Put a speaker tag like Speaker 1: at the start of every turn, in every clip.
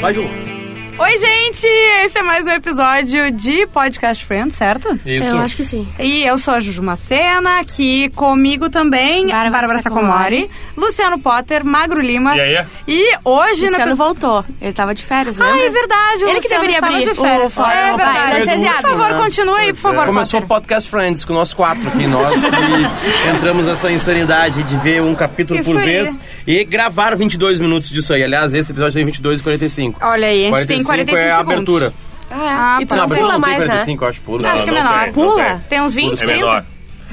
Speaker 1: Vai, Ju.
Speaker 2: Oi, gente! Esse é mais um episódio de Podcast Friends, certo?
Speaker 1: Isso.
Speaker 3: É, Eu acho que sim.
Speaker 2: E eu sou a Juju Macena, aqui comigo também
Speaker 3: Bárbara
Speaker 2: Bárbara Sacomori,
Speaker 3: Sacomori,
Speaker 2: Luciano Potter, Magro Lima.
Speaker 1: E aí?
Speaker 2: E hoje
Speaker 3: Luciano
Speaker 2: na...
Speaker 3: voltou. Ele tava de férias, né?
Speaker 2: Ah, é verdade. o
Speaker 3: Ele que
Speaker 2: Luciano
Speaker 3: deveria
Speaker 2: estava
Speaker 3: abrir
Speaker 2: de férias.
Speaker 3: o-
Speaker 2: é
Speaker 3: o-
Speaker 2: verdade.
Speaker 3: vai,
Speaker 2: por
Speaker 3: licenciado,
Speaker 2: favor,
Speaker 4: né?
Speaker 1: É,
Speaker 2: continue, por favor,
Speaker 1: assim?
Speaker 4: Começou o
Speaker 2: Potter.
Speaker 4: Podcast Friends com nós quatro aqui, nós que entramos nessa insanidade de ver um capítulo
Speaker 2: Isso
Speaker 4: por
Speaker 2: aí.
Speaker 4: vez e gravar 22 minutos disso aí. Aliás, esse episódio tem 22 e 45.
Speaker 2: Olha aí, a gente tem 45
Speaker 4: é a
Speaker 2: segundos.
Speaker 4: abertura.
Speaker 3: Ah,
Speaker 2: Ah,
Speaker 3: e tu
Speaker 2: tá.
Speaker 3: não
Speaker 2: Não,
Speaker 4: abertura
Speaker 3: pula
Speaker 4: não tem
Speaker 3: mais,
Speaker 1: assim.
Speaker 3: né?
Speaker 4: 45, eu acho, por
Speaker 2: Não, acho que é
Speaker 1: Não, não
Speaker 2: menor.
Speaker 1: tem, não
Speaker 2: Pula.
Speaker 1: tem.
Speaker 2: Tem uns 20,
Speaker 1: É
Speaker 2: 30?
Speaker 1: menor.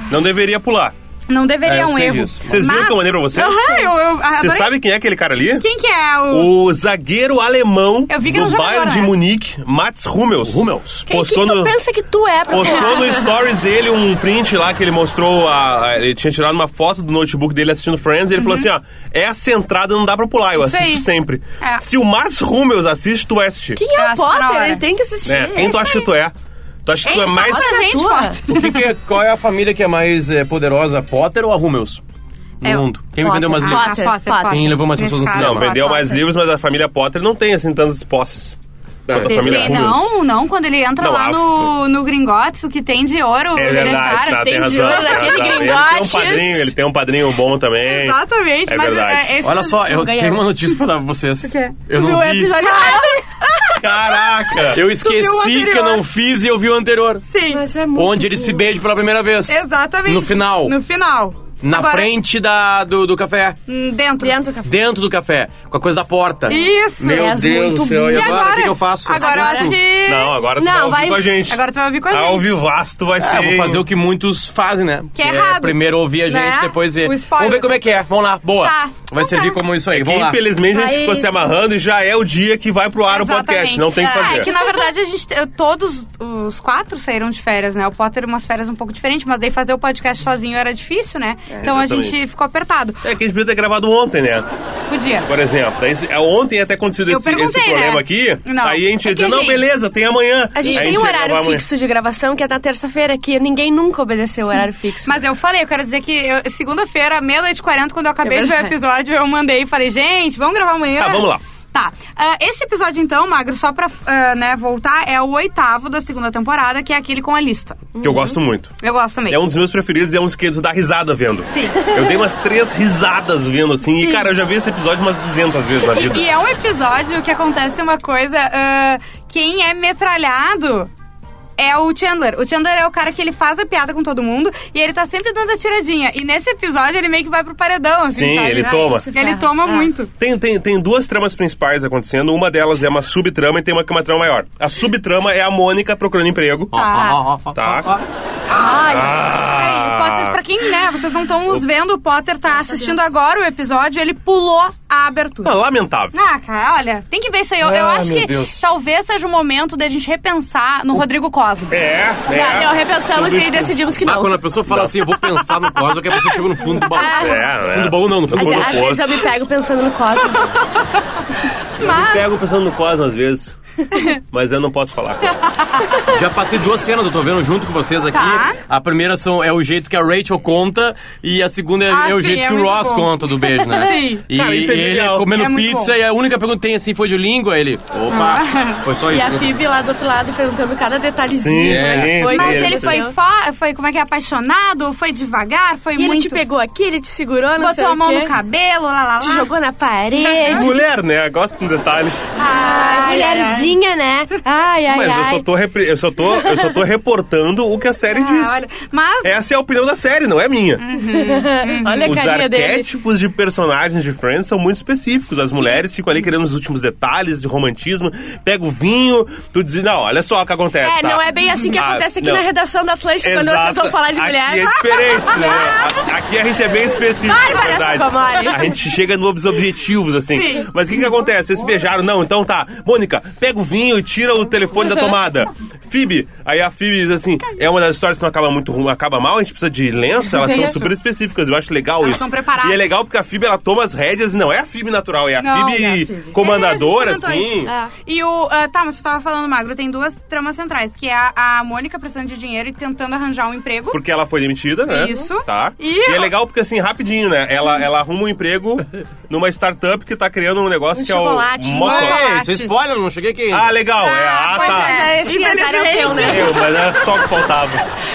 Speaker 1: Não deveria pular.
Speaker 2: Não deveria
Speaker 4: É, eu
Speaker 2: um
Speaker 4: sei
Speaker 2: erro.
Speaker 4: disso.
Speaker 1: Vocês viram que eu mandei pra vocês?
Speaker 2: Aham, eu, eu
Speaker 1: Você
Speaker 2: adorei.
Speaker 1: sabe quem é aquele cara ali?
Speaker 2: Quem que é o...
Speaker 1: O zagueiro alemão
Speaker 2: Eu vi que era
Speaker 1: do
Speaker 2: um jogador,
Speaker 1: Bayern de
Speaker 2: né?
Speaker 1: Munique, Mats Hummels.
Speaker 4: Hummels.
Speaker 3: Quem é que
Speaker 1: Postou
Speaker 3: tu
Speaker 1: no...
Speaker 3: pensa que tu é pra
Speaker 1: Postou
Speaker 3: pular?
Speaker 1: no stories dele um print lá que ele mostrou. a- a- ele tinha tirado uma foto do notebook dele assistindo Friends e ele
Speaker 2: Uhum.
Speaker 1: falou assim: ó, essa entrada não dá pra pular, eu
Speaker 2: Isso
Speaker 1: assisto
Speaker 2: aí.
Speaker 1: sempre.
Speaker 2: É.
Speaker 1: Se o Mats Hummels assiste, tu assiste.
Speaker 3: Quem é
Speaker 2: Eu
Speaker 3: o
Speaker 2: acho que tá na
Speaker 3: Potter?
Speaker 2: hora.
Speaker 3: Ele tem que assistir.
Speaker 1: É, quem tu acha que tu é? Tu acha que tu é
Speaker 2: Ei,
Speaker 1: mais.
Speaker 2: fala
Speaker 3: Olha
Speaker 2: da
Speaker 3: a
Speaker 2: gente,
Speaker 3: tua.
Speaker 2: Potter.
Speaker 4: O que que é- qual é a família que é mais eh, poderosa, Potter ou a Hummels? No
Speaker 2: É,
Speaker 4: mundo. Quem me
Speaker 3: Potter.
Speaker 4: vendeu mais
Speaker 3: Ah,
Speaker 4: livros?
Speaker 2: Potter,
Speaker 3: Potter,
Speaker 2: Potter,
Speaker 3: Potter.
Speaker 4: Quem levou mais
Speaker 2: Nesse
Speaker 4: pessoas ao
Speaker 2: caso,
Speaker 1: Não,
Speaker 4: cinema?
Speaker 1: vendeu mais
Speaker 2: Potter.
Speaker 1: livros, mas a família Potter não tem assim tantas posses quanto a
Speaker 4: É.
Speaker 1: família
Speaker 2: Tem-
Speaker 1: Hummels.
Speaker 2: Não, não, quando ele entra
Speaker 1: Não,
Speaker 2: lá
Speaker 1: a-
Speaker 2: no, no Gringotes, o que tem de ouro,
Speaker 1: É
Speaker 2: ele
Speaker 1: verdade,
Speaker 2: deixaram,
Speaker 1: tá,
Speaker 2: né, tem
Speaker 1: tem
Speaker 2: de
Speaker 1: razão.
Speaker 2: ouro naquele
Speaker 1: tem razão. Ele tem um
Speaker 2: Gringotes.
Speaker 1: padrinho, ele tem um padrinho bom também.
Speaker 2: Exatamente,
Speaker 1: É
Speaker 2: mas
Speaker 1: verdade.
Speaker 2: é, esse-
Speaker 4: Olha só, eu
Speaker 3: ganha.
Speaker 4: tenho uma notícia pra dar pra vocês. O
Speaker 2: quê?
Speaker 4: Eu
Speaker 3: Tu viu
Speaker 4: não
Speaker 3: o
Speaker 4: vi.
Speaker 3: episódio?
Speaker 1: Caraca!
Speaker 4: Eu
Speaker 2: Tu viu o
Speaker 4: esqueci
Speaker 2: anterior.
Speaker 4: que eu não fiz e eu vi o anterior.
Speaker 2: Sim,
Speaker 3: Mas é muito
Speaker 4: Onde eles se beijam pela primeira vez.
Speaker 2: exatamente.
Speaker 4: No final.
Speaker 2: No final.
Speaker 4: Na
Speaker 2: Agora,
Speaker 4: frente da, do, do café.
Speaker 2: hum, Dentro.
Speaker 3: Dentro do café.
Speaker 4: Dentro do café. Com a coisa da porta.
Speaker 2: Isso. é
Speaker 4: Meu
Speaker 3: És
Speaker 4: Deus do
Speaker 3: muito
Speaker 4: céu. E
Speaker 2: E
Speaker 4: agora? O que que eu faço?
Speaker 2: Agora eu acho
Speaker 4: Assisto?
Speaker 2: que...
Speaker 1: Não, agora tu
Speaker 3: Não,
Speaker 1: vai ouvir
Speaker 3: vai-
Speaker 1: com a gente. tá
Speaker 2: Agora tu vai ouvir com a gente. Ah,
Speaker 1: Ao vivaço tu vai ser.
Speaker 4: É, vou fazer o que muitos fazem, né?
Speaker 2: Que é errado.
Speaker 4: primeiro ouvir a gente,
Speaker 2: Né?
Speaker 4: depois
Speaker 2: O
Speaker 4: ele.
Speaker 2: spoiler.
Speaker 4: Vamos ver como é que é. Vamos lá, boa.
Speaker 2: Tá. Então
Speaker 4: Vai servir
Speaker 2: tá.
Speaker 4: como isso aí.
Speaker 1: Que,
Speaker 4: Vamos lá.
Speaker 1: infelizmente a gente
Speaker 3: Vai
Speaker 1: ficou se
Speaker 3: isso.
Speaker 1: amarrando e já é o dia que vai pro ar o podcast.
Speaker 2: Exatamente.
Speaker 1: Não tem o que fazer.
Speaker 2: É, que na verdade a gente. eu- todos os quatro saíram de férias, né? O Potter umas férias um pouco diferentes, mas daí fazer o podcast sozinho era difícil, né? então a
Speaker 1: É, Exatamente.
Speaker 2: gente ficou apertado.
Speaker 1: É que a gente podia ter gravado ontem, né?
Speaker 2: Podia.
Speaker 1: Por exemplo. Daí, se- ontem até acontecido
Speaker 2: Eu
Speaker 1: esse,
Speaker 2: perguntei,
Speaker 1: esse problema
Speaker 2: né?
Speaker 1: aqui.
Speaker 2: Não.
Speaker 1: Aí a gente
Speaker 2: É
Speaker 1: ia
Speaker 2: que
Speaker 1: dizer,
Speaker 2: a
Speaker 1: não,
Speaker 2: gente-
Speaker 1: beleza, tem amanhã.
Speaker 3: A gente
Speaker 1: Aí
Speaker 3: tem um
Speaker 1: ia gravar
Speaker 3: horário
Speaker 1: amanhã.
Speaker 3: fixo de gravação, que é na terça-feira, que ninguém nunca obedeceu o horário fixo.
Speaker 2: Mas eu falei, eu quero dizer que eu- segunda-feira, meia-noite e 40, quando eu acabei
Speaker 3: É
Speaker 2: de ver o
Speaker 3: verdade.
Speaker 2: episódio, eu mandei e falei, gente, vamos gravar amanhã.
Speaker 1: Tá, vamos lá.
Speaker 2: Tá. Ah, esse episódio, então, Magro, só pra ah, né, voltar, é o oitavo da segunda temporada, que é aquele com a lista.
Speaker 1: Que eu gosto muito.
Speaker 2: Eu gosto também.
Speaker 1: É um dos meus preferidos e é um dos que tu dá risada vendo.
Speaker 2: Sim.
Speaker 1: Eu dei umas três risadas vendo, assim. E,
Speaker 2: Sim.
Speaker 1: cara, eu já vi esse episódio umas 200 vezes na vida.
Speaker 2: E é um episódio que acontece uma coisa: ah, quem é metralhado. É o Chandler. O Chandler é o cara que ele faz a piada com todo mundo e ele tá sempre dando a tiradinha. E nesse episódio ele meio que vai pro paredão, assim,
Speaker 1: Sim,
Speaker 2: sabe?
Speaker 1: ele
Speaker 2: Ai,
Speaker 1: toma.
Speaker 2: se Ele toma
Speaker 3: Ah.
Speaker 2: muito.
Speaker 1: Tem, tem, tem duas tramas principais acontecendo. Uma delas é uma subtrama e tem uma que é uma trama maior. A subtrama é a Mônica procurando emprego.
Speaker 2: Ah.
Speaker 4: Ó, ó, ó, ó,
Speaker 1: Tá.
Speaker 4: ó, ó.
Speaker 2: Peraí, o Potter, pra quem, né, vocês não estão nos vendo, o Potter tá assistindo agora o episódio, ele pulou a abertura.
Speaker 1: Ah, lamentável.
Speaker 2: Ah, cara, olha, tem que ver isso aí. Eu, eu
Speaker 4: Ah,
Speaker 2: acho
Speaker 4: meu
Speaker 2: que
Speaker 4: Deus.
Speaker 2: talvez seja o momento da gente repensar no Rodrigo Cosmo.
Speaker 1: É,
Speaker 3: Ah,
Speaker 1: é.
Speaker 3: Não, repensamos
Speaker 1: Sobre
Speaker 3: e decidimos que
Speaker 4: Ah,
Speaker 3: não.
Speaker 4: quando a pessoa fala assim, eu vou pensar no código, que a pessoa chegou no fundo do baú.
Speaker 1: É,
Speaker 4: no
Speaker 1: né?
Speaker 4: fundo do baú não, no
Speaker 1: No
Speaker 4: fundo do baú.
Speaker 1: fundo do
Speaker 3: Às vezes
Speaker 2: é
Speaker 3: eu me pego pensando no Cosmo.
Speaker 1: Eu pego pensando no Cosmo às vezes. Mas eu não posso falar.
Speaker 4: Já passei duas cenas, eu tô vendo junto com vocês aqui.
Speaker 2: Tá.
Speaker 4: A primeira são, é o jeito que a Rachel conta e a segunda é,
Speaker 2: Ah,
Speaker 4: é o
Speaker 2: sim,
Speaker 4: jeito
Speaker 2: é
Speaker 4: que o
Speaker 2: muito
Speaker 4: Ross
Speaker 2: bom.
Speaker 4: conta do beijo, né?
Speaker 2: Sim.
Speaker 4: E,
Speaker 1: Cara, isso é
Speaker 4: e ele
Speaker 1: genial.
Speaker 4: comendo
Speaker 2: É muito
Speaker 4: pizza
Speaker 2: bom. Ah,
Speaker 4: e a única pergunta que tem assim foi de língua, ele. Opa! Foi só
Speaker 3: E
Speaker 4: isso.
Speaker 3: a
Speaker 4: que eu fiz.
Speaker 3: Phoebe lá do outro lado perguntando cada
Speaker 1: Sim,
Speaker 3: detalhezinho.
Speaker 4: É.
Speaker 1: sim.
Speaker 3: Foi,
Speaker 2: Mas
Speaker 1: sim.
Speaker 2: ele foi, fo- foi, como é que é, apaixonado? Foi devagar? Foi
Speaker 3: E ele
Speaker 2: muito...
Speaker 3: te pegou aqui, ele te segurou, não sei
Speaker 2: botou a
Speaker 3: o
Speaker 2: mão
Speaker 3: quê.
Speaker 2: no cabelo, lá, lá, lá.
Speaker 3: Te jogou na parede.
Speaker 1: Mulher, né? Gosto de um detalhe.
Speaker 3: Ai, mulherzinha, né? Ai, ai,
Speaker 1: Mas eu
Speaker 3: ai.
Speaker 1: só, tô repre- eu, só tô, eu só tô reportando o que a série
Speaker 2: Ah,
Speaker 1: diz.
Speaker 2: olha, Mas,
Speaker 1: Essa é a opinião da série, não é minha.
Speaker 3: Olha a
Speaker 1: Os
Speaker 3: carinha Uhum. dele.
Speaker 1: arquétipos de personagens de Friends são muito específicos. As mulheres ficam ali querendo os últimos detalhes de romantismo. Pega o vinho, tu diz, não, olha só o que acontece.
Speaker 3: É,
Speaker 1: tá?
Speaker 3: não é bem assim que
Speaker 1: Ah,
Speaker 3: acontece aqui
Speaker 1: não.
Speaker 3: na redação da Atlântica quando
Speaker 1: Exato.
Speaker 3: vocês vão falar de
Speaker 1: Aqui
Speaker 3: mulher.
Speaker 1: é diferente, né? A- Aqui a gente é bem específico, na
Speaker 3: Bárbara
Speaker 1: verdade.
Speaker 3: Sacomori.
Speaker 1: A gente chega nos objetivos, assim. Mas o que que acontece? Vocês se beijaram? Não, então tá. Mônica, pega pega o vinho e tira o telefone da tomada. Phoebe, aí a Phoebe diz assim, é uma das histórias que não acaba muito ruim, acaba mal, a gente precisa de lenço, elas são
Speaker 2: Lenço.
Speaker 1: super específicas, eu acho legal
Speaker 2: Elas
Speaker 1: isso.
Speaker 2: são preparadas.
Speaker 1: E é legal porque a Phoebe, ela toma as rédeas e não é a Phoebe natural, é a
Speaker 2: Não,
Speaker 1: Phoebe
Speaker 2: não é a Phoebe. É,
Speaker 1: comandadora,
Speaker 2: a gente comentou
Speaker 1: assim.
Speaker 2: isso. É. E o. ah, tá, mas tu tava falando, Magro, tem duas tramas centrais, que é a, a Mônica precisando de dinheiro e tentando arranjar um emprego.
Speaker 1: Porque ela foi demitida, né?
Speaker 2: Isso.
Speaker 1: Tá.
Speaker 2: E-
Speaker 1: E, é legal porque, assim, rapidinho, né? Ela, ela arruma um emprego numa startup que tá criando um negócio
Speaker 3: Um
Speaker 1: que
Speaker 3: chocolate.
Speaker 1: é o... Moto...
Speaker 4: Ei, isso é spoiler, não cheguei aqui.
Speaker 1: Ah, legal. é,
Speaker 2: Ah,
Speaker 1: ah
Speaker 2: pois
Speaker 1: tá.
Speaker 2: é.
Speaker 3: Esse azar é o teu, né?
Speaker 1: Eu, mas era só o que faltava.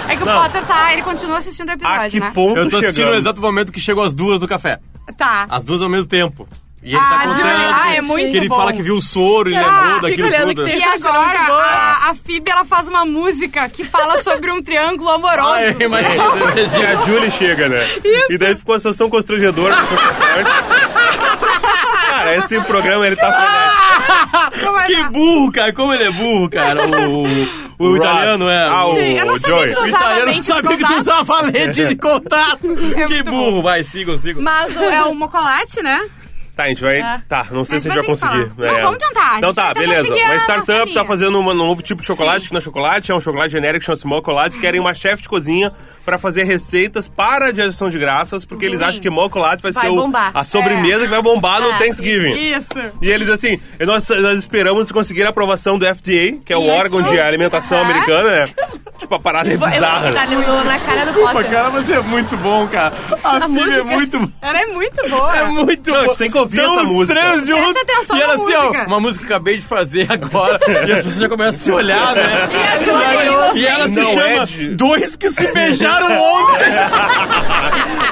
Speaker 2: É que o
Speaker 1: Não.
Speaker 2: Potter tá. Ele continua assistindo o
Speaker 1: A
Speaker 2: episódio,
Speaker 1: que
Speaker 2: né?
Speaker 1: ponto
Speaker 4: Eu tô assistindo no
Speaker 1: chegamos?
Speaker 4: exato momento que chegou as duas do café.
Speaker 2: Tá.
Speaker 4: As duas ao mesmo tempo. E ele
Speaker 2: Ah,
Speaker 4: tá
Speaker 2: de
Speaker 4: contando.
Speaker 2: olhar. Ah, é muito
Speaker 4: que ele
Speaker 2: bom. Ah,
Speaker 4: fala que viu o soro e lembrou daquilo
Speaker 3: olhando
Speaker 4: tudo.
Speaker 3: que
Speaker 2: E
Speaker 3: tem- Essa
Speaker 2: agora
Speaker 3: não acabou.
Speaker 2: a, a Phoebe ela faz uma música que fala sobre um triângulo amoroso.
Speaker 4: Ah, eu imagino, eu
Speaker 1: E a
Speaker 4: imagino.
Speaker 1: Julie chega, né? E daí ficou uma sensação constrangedora. com essa parte. Cara, esse programa ele
Speaker 2: Ah.
Speaker 1: tá fazendo.
Speaker 2: Como é
Speaker 4: Que
Speaker 2: que-
Speaker 4: burro, cara. Como ele é burro, cara. O, o- o
Speaker 1: Ross.
Speaker 4: italiano é.
Speaker 1: Ah, o, É.
Speaker 2: Eu não
Speaker 1: o
Speaker 2: sabia
Speaker 1: Joey.
Speaker 2: que tu
Speaker 4: O
Speaker 2: usava
Speaker 4: italiano
Speaker 2: lente
Speaker 4: não
Speaker 2: de
Speaker 4: sabia que tu
Speaker 2: contato. É
Speaker 4: usava lente de contato. que
Speaker 2: muito
Speaker 4: burro. Vai, sigam, sigam.
Speaker 2: Mas o- é o mocolate, né?
Speaker 1: Tá, a gente vai.
Speaker 2: É.
Speaker 1: Tá, não sei
Speaker 2: Mas
Speaker 1: se a
Speaker 2: vai
Speaker 1: gente vai
Speaker 2: ter que
Speaker 1: conseguir.
Speaker 2: falar. Não, vamos tentar, a
Speaker 1: Então
Speaker 2: gente vai
Speaker 1: tá,
Speaker 2: tentar
Speaker 1: beleza.
Speaker 2: seguir a
Speaker 1: Uma
Speaker 2: nossa
Speaker 1: startup
Speaker 2: linha.
Speaker 1: tá fazendo uma- um novo tipo de chocolate, que não é chocolate, é um chocolate genérico que chama-se mocolate. Querem uma chefe de cozinha pra fazer receitas para a digestão de graças, porque eles
Speaker 2: Sim. É.
Speaker 1: acham que mocolate vai,
Speaker 3: Vai
Speaker 1: ser o-
Speaker 3: bombar.
Speaker 1: a sobremesa que vai bombar no
Speaker 3: Ah,
Speaker 1: Thanksgiving.
Speaker 2: Isso.
Speaker 1: E eles assim, nós, nós esperamos conseguir a aprovação do FDA, que é o
Speaker 2: Isso.
Speaker 1: órgão de alimentação
Speaker 2: Aham.
Speaker 1: americana, né? Tipo, a parada é bizarra.
Speaker 3: Tá
Speaker 1: né?
Speaker 3: olhou na cara do
Speaker 4: Desculpa,
Speaker 3: Potter.
Speaker 4: cara, mas é muito bom, cara. A, filha é
Speaker 3: música-
Speaker 4: muito boa.
Speaker 2: Ela é muito boa.
Speaker 4: É muito
Speaker 1: Não, a
Speaker 4: bom.
Speaker 1: gente tem que ouvir
Speaker 4: Tão
Speaker 1: essa
Speaker 4: os
Speaker 1: música.
Speaker 4: três juntos.
Speaker 2: Presta atenção
Speaker 4: e ela
Speaker 2: na
Speaker 4: assim,
Speaker 2: música.
Speaker 4: ó, uma música que eu acabei de fazer agora. e as pessoas já começam a se olhar, né?
Speaker 2: E a Julie
Speaker 4: E ela-
Speaker 2: inocente.
Speaker 4: e ela se
Speaker 1: Não
Speaker 4: chama
Speaker 1: é de-
Speaker 4: Dois que se beijaram ontem.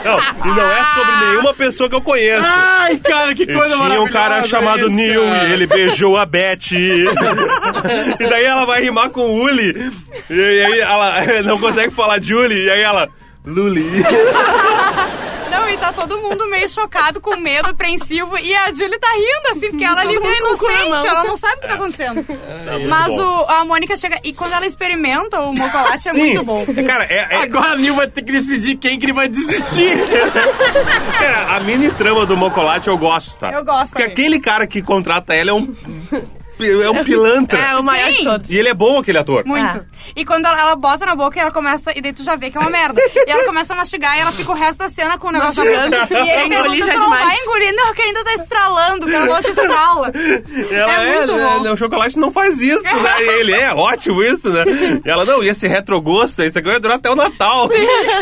Speaker 1: Não, e não é
Speaker 2: Ah.
Speaker 1: sobre nenhuma pessoa que eu conheço.
Speaker 4: Ai, cara, que
Speaker 1: E
Speaker 4: coisa
Speaker 1: tinha
Speaker 4: maravilhosa. né,
Speaker 1: um cara chamado
Speaker 4: isso,
Speaker 1: Neil
Speaker 4: cara.
Speaker 1: e ele beijou a Beth. e daí ela vai rimar com o Uli. E aí ela não consegue falar Julie. E aí ela. Luli.
Speaker 2: Não, e tá todo mundo meio chocado, com medo, apreensivo. E a Julie tá rindo, assim, porque ela ali
Speaker 3: Todo
Speaker 2: tá
Speaker 3: mundo com o cu na
Speaker 2: inocente,
Speaker 3: mão. É.
Speaker 2: ela não sabe o que tá acontecendo.
Speaker 1: muito
Speaker 2: Mas
Speaker 1: bom.
Speaker 2: o- a Mônica chega. E quando ela experimenta o mocolate, é muito bom.
Speaker 1: Cara, é, é-
Speaker 4: Agora o Neil vai ter que decidir quem que ele vai desistir.
Speaker 1: cara, a mini trama do Mocolate eu gosto, tá?
Speaker 2: Eu gosto
Speaker 1: Porque
Speaker 2: também.
Speaker 1: aquele cara que contrata ela é um. É um pilantra.
Speaker 3: É, o maior de todos.
Speaker 1: E ele é bom, aquele ator.
Speaker 2: Muito.
Speaker 3: Ah.
Speaker 2: E quando ela, ela bota na boca e ela começa. E daí tu já vê que é uma merda. E ela começa a mastigar e ela fica o resto da cena com o negócio na
Speaker 3: Mastigando.
Speaker 2: boca. E ele
Speaker 3: Engolir
Speaker 2: pergunta,
Speaker 3: já
Speaker 2: tu não vai
Speaker 3: demais."
Speaker 2: engolir? Não, que ainda tá estralando, que ela falou que estrala.
Speaker 1: Ela
Speaker 2: É muito bom.
Speaker 1: né, o chocolate não faz isso, né? E ele é ótimo isso, né? E ela, não, e esse retrogosto, isso aqui vai durar até o Natal.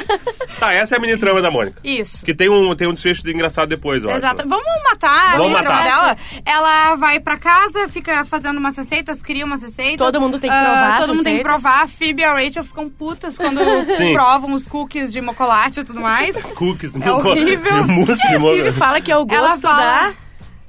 Speaker 1: tá, essa é a mini trama da Mônica.
Speaker 2: Isso.
Speaker 1: Que tem um, tem um desfecho de engraçado depois, ó.
Speaker 2: Exato. Vamos matar a
Speaker 1: Vamos
Speaker 2: líder
Speaker 1: matar.
Speaker 2: dela. Ela vai pra casa, fica fazendo umas receitas, cria umas receitas.
Speaker 3: Todo mundo tem que
Speaker 2: Ah,
Speaker 3: provar as
Speaker 2: Todo mundo tem que
Speaker 3: receitas.
Speaker 2: provar. A Phoebe e a Rachel ficam putas quando
Speaker 1: Sim.
Speaker 2: provam os cookies de mocolate e tudo mais.
Speaker 1: Cookies,
Speaker 2: É horrível.
Speaker 1: mousse de
Speaker 3: Ele
Speaker 1: moco.
Speaker 3: fala que é o
Speaker 2: Ela
Speaker 3: gosto
Speaker 2: fala-
Speaker 3: da...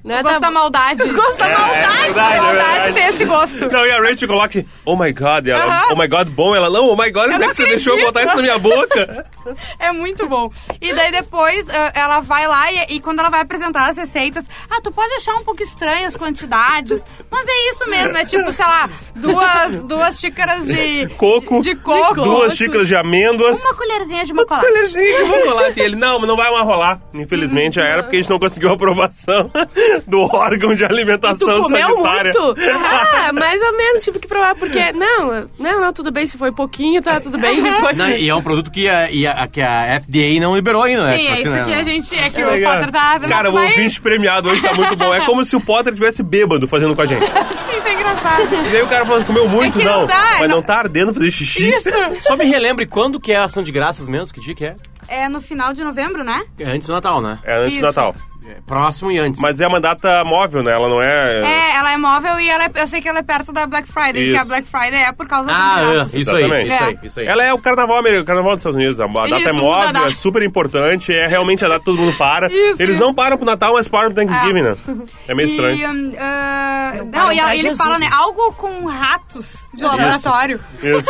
Speaker 2: Eu
Speaker 3: Né,
Speaker 2: gosto da maldade.
Speaker 3: Gosto da
Speaker 1: É, é
Speaker 3: maldade.
Speaker 1: verdade, é
Speaker 2: Saudade
Speaker 1: verdade.
Speaker 2: de ter esse gosto.
Speaker 1: Não, e a Rachel coloca, oh my god, e ela,
Speaker 2: Aham.
Speaker 1: oh my god, bom, ela, não, oh my god, como é
Speaker 2: não
Speaker 1: que você deixou eu
Speaker 2: acredito.
Speaker 1: botar isso na minha boca?
Speaker 2: É muito bom. E daí depois eh, ela vai lá e, e quando ela vai apresentar as receitas, ah, tu pode achar um pouco estranhas as quantidades, mas é isso mesmo. É tipo, sei lá, duas, duas xícaras de
Speaker 1: Coco,
Speaker 2: de, de coco,
Speaker 1: duas xícaras de amêndoas.
Speaker 2: uma colherzinha de chocolate.
Speaker 1: Colherzinho de chocolate. E ele, não, mas não vai mais rolar. Infelizmente já era, porque a gente não conseguiu a aprovação do órgão de
Speaker 3: Tu
Speaker 1: alimentação
Speaker 3: comeu
Speaker 1: sanitária. Tá
Speaker 3: muito? Ah, mais ou menos, tive que provar, porque... Não, não, não, tudo bem, se foi pouquinho, tá tudo bem. Foi...
Speaker 4: Não, e é um produto que a, e a- que a FDA não liberou ainda, né?
Speaker 2: Sim,
Speaker 4: Tipo
Speaker 2: é
Speaker 4: assim,
Speaker 2: isso
Speaker 4: né?
Speaker 2: que a gente é que o
Speaker 1: Legal.
Speaker 2: Potter tá
Speaker 1: Cara, o
Speaker 2: vai-
Speaker 1: ouvinte premiado hoje tá muito bom. É como se o Potter tivesse bêbado fazendo com a gente.
Speaker 2: Isso é engraçado.
Speaker 1: E aí o cara falando, comeu muito,
Speaker 2: É que não
Speaker 1: não.
Speaker 2: dá,
Speaker 1: mas
Speaker 2: não-
Speaker 1: não tá ardendo fazer xixi. É
Speaker 4: Só me relembre quando que é a ação de graças mesmo, que dia que é?
Speaker 2: É no final de novembro, né?
Speaker 4: É antes do Natal, né?
Speaker 1: É antes
Speaker 2: Isso.
Speaker 1: do Natal.
Speaker 4: É próximo e antes.
Speaker 1: Mas é uma data móvel, né? Ela não é.
Speaker 2: É, ela é móvel e ela é- eu sei que ela é perto da Black Friday,
Speaker 1: Isso.
Speaker 2: que a Black Friday é por causa
Speaker 4: Ah,
Speaker 2: do
Speaker 4: é, isso aí,
Speaker 1: Exatamente.
Speaker 4: isso aí,
Speaker 2: É.
Speaker 4: isso aí.
Speaker 1: Ela é o carnaval americano, o carnaval dos Estados Unidos. A a data é
Speaker 2: muda a
Speaker 1: móvel,
Speaker 2: data.
Speaker 1: é super importante, é realmente a data que todo mundo para.
Speaker 2: Isso,
Speaker 1: Eles
Speaker 2: isso.
Speaker 1: não param pro Natal, mas param pro Thanksgiving,
Speaker 2: É.
Speaker 1: né? É meio estranho.
Speaker 2: E, hum, ah, não,
Speaker 3: para
Speaker 2: e
Speaker 3: pra
Speaker 2: ele
Speaker 3: Jesus.
Speaker 2: fala, né? Algo com ratos de laboratório.
Speaker 1: Isso,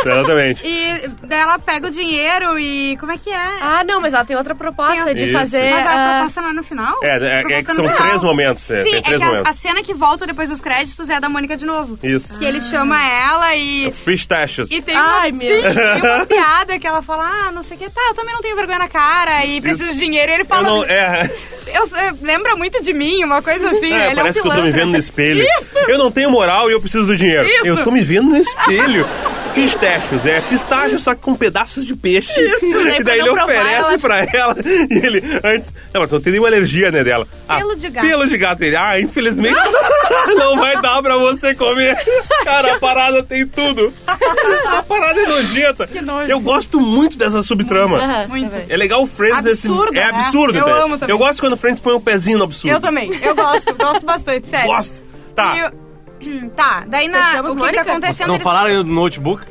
Speaker 1: exatamente.
Speaker 2: E daí ela pega o dinheiro e. Como é que é?
Speaker 3: Ah, não, mas ela tem outra proposta
Speaker 2: Tem-
Speaker 3: de
Speaker 1: Isso.
Speaker 3: fazer...
Speaker 2: Mas tá a
Speaker 3: ah,
Speaker 2: proposta não é no final?
Speaker 1: É, é, é que são
Speaker 2: Proporcional.
Speaker 1: três momentos. É,
Speaker 2: Sim,
Speaker 1: tem
Speaker 2: é
Speaker 1: três
Speaker 2: que a,
Speaker 1: momentos.
Speaker 2: a cena que volta depois dos créditos é a da Mônica de novo.
Speaker 1: Isso.
Speaker 2: Que ele chama ela e.
Speaker 1: Fish Tashes.
Speaker 2: E tem uma,
Speaker 3: Ai,
Speaker 2: sim,
Speaker 3: meu.
Speaker 2: tem uma piada que ela fala, ah, não sei o que, tá, eu também não tenho vergonha na cara e preciso de dinheiro. E ele
Speaker 1: Eu
Speaker 2: fala,
Speaker 1: não- é,
Speaker 2: eu, é, lembra muito de mim, uma coisa assim.
Speaker 1: é,
Speaker 2: ele
Speaker 1: parece
Speaker 2: é um
Speaker 1: que eu tô me
Speaker 2: pilantra.
Speaker 1: vendo no espelho.
Speaker 2: Isso!
Speaker 1: Eu não tenho moral e eu preciso do dinheiro.
Speaker 2: Isso!
Speaker 1: Eu tô me vendo no espelho. Fish Tashes, é pistache só que com pedaços de peixe.
Speaker 3: daí
Speaker 1: E daí
Speaker 3: quando
Speaker 1: ele
Speaker 3: eu provar,
Speaker 1: oferece
Speaker 3: ela-
Speaker 1: pra ela. E ele, antes. Não, mas não tem nenhuma alergia, né, dela?
Speaker 2: Pelo de gato.
Speaker 1: Pelo de gato. Ele, ah, infelizmente não vai dar pra você comer. Cara, a parada tem tudo. A parada é nojenta. Que
Speaker 2: nojo.
Speaker 1: Eu gosto muito dessa subtrama.
Speaker 3: Aham,
Speaker 2: Muito.
Speaker 3: também.
Speaker 1: É legal o Friends
Speaker 2: Absurdo,
Speaker 1: É
Speaker 2: né?
Speaker 1: absurdo,
Speaker 2: Eu
Speaker 1: né?
Speaker 2: amo também.
Speaker 1: Eu gosto quando o Friends põe um pezinho no absurdo.
Speaker 2: Eu também, eu gosto, gosto bastante, sério.
Speaker 1: Gosto. Tá.
Speaker 2: É. E o- Hum, tá, daí na,
Speaker 3: Fechamos,
Speaker 2: o que que tá
Speaker 3: Mônica?
Speaker 2: acontecendo...
Speaker 5: Vocês não
Speaker 2: eles-
Speaker 5: falaram ainda do notebook?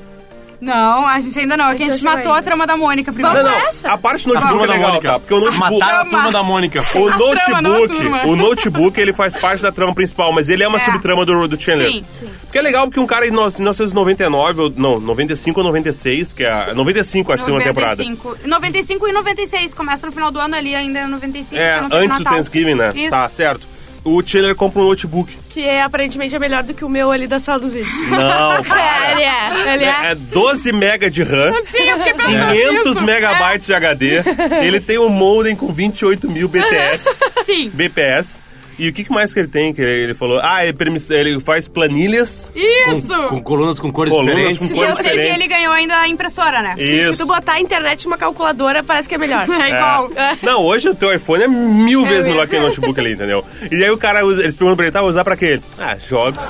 Speaker 2: Não, a gente ainda não, é que a
Speaker 3: Deixa
Speaker 2: gente
Speaker 3: eu
Speaker 2: matou
Speaker 3: ainda.
Speaker 2: a trama da Mônica primeiro.
Speaker 1: Não, não.
Speaker 3: essa?
Speaker 1: A parte do
Speaker 5: A
Speaker 1: notebook
Speaker 5: turma
Speaker 1: é
Speaker 5: da
Speaker 1: legal,
Speaker 5: Mônica.
Speaker 1: tá? Porque o notebook...
Speaker 5: Mataram a
Speaker 2: Turma.
Speaker 5: turma da Mônica.
Speaker 1: O
Speaker 2: A trama, não a
Speaker 1: notebook,
Speaker 2: turma.
Speaker 1: o notebook, ele faz parte da trama principal, mas ele é uma
Speaker 2: É.
Speaker 1: subtrama do, do Chandler.
Speaker 2: Sim, sim.
Speaker 1: Porque é legal porque um cara em 1999, ou não, 95 ou 96, que é a 95 acho que é a segunda temporada.
Speaker 2: 95. 95 e 96, começa no final do ano ali ainda, 95.
Speaker 1: É,
Speaker 2: pra não ter
Speaker 1: antes do
Speaker 2: Natal.
Speaker 1: Thanksgiving, né?
Speaker 2: Isso.
Speaker 1: Tá, certo. O Chandler compra um notebook.
Speaker 3: Que é, aparentemente é melhor do que o meu ali da sala dos vídeos.
Speaker 1: Não,
Speaker 3: É, ele é, ele é.
Speaker 1: É 12 mega de RAM,
Speaker 2: Sim, eu fiquei pensando
Speaker 1: 500
Speaker 2: nisso.
Speaker 1: megabytes de HD. Ele tem um modem com 28 mil BTS,
Speaker 2: É, sim.
Speaker 1: BPS. E o que que mais que ele tem? Que ele falou, ah, ele, permis- ele faz planilhas.
Speaker 2: Isso!
Speaker 5: Com, com colunas com cores
Speaker 1: Colunas
Speaker 5: diferentes.
Speaker 1: com
Speaker 2: e eu
Speaker 1: cores
Speaker 2: sei que
Speaker 1: diferentes.
Speaker 2: ele ganhou ainda a impressora, né?
Speaker 3: Se,
Speaker 1: Isso.
Speaker 3: se tu botar a internet numa calculadora, parece que é melhor.
Speaker 2: É igual.
Speaker 1: É. Não, hoje o teu iPhone é mil vezes
Speaker 2: mesmo.
Speaker 1: melhor que o notebook ali, entendeu? E aí o cara, usa, eles perguntam pra ele, tá, vou usar pra quê? Ah, jogos.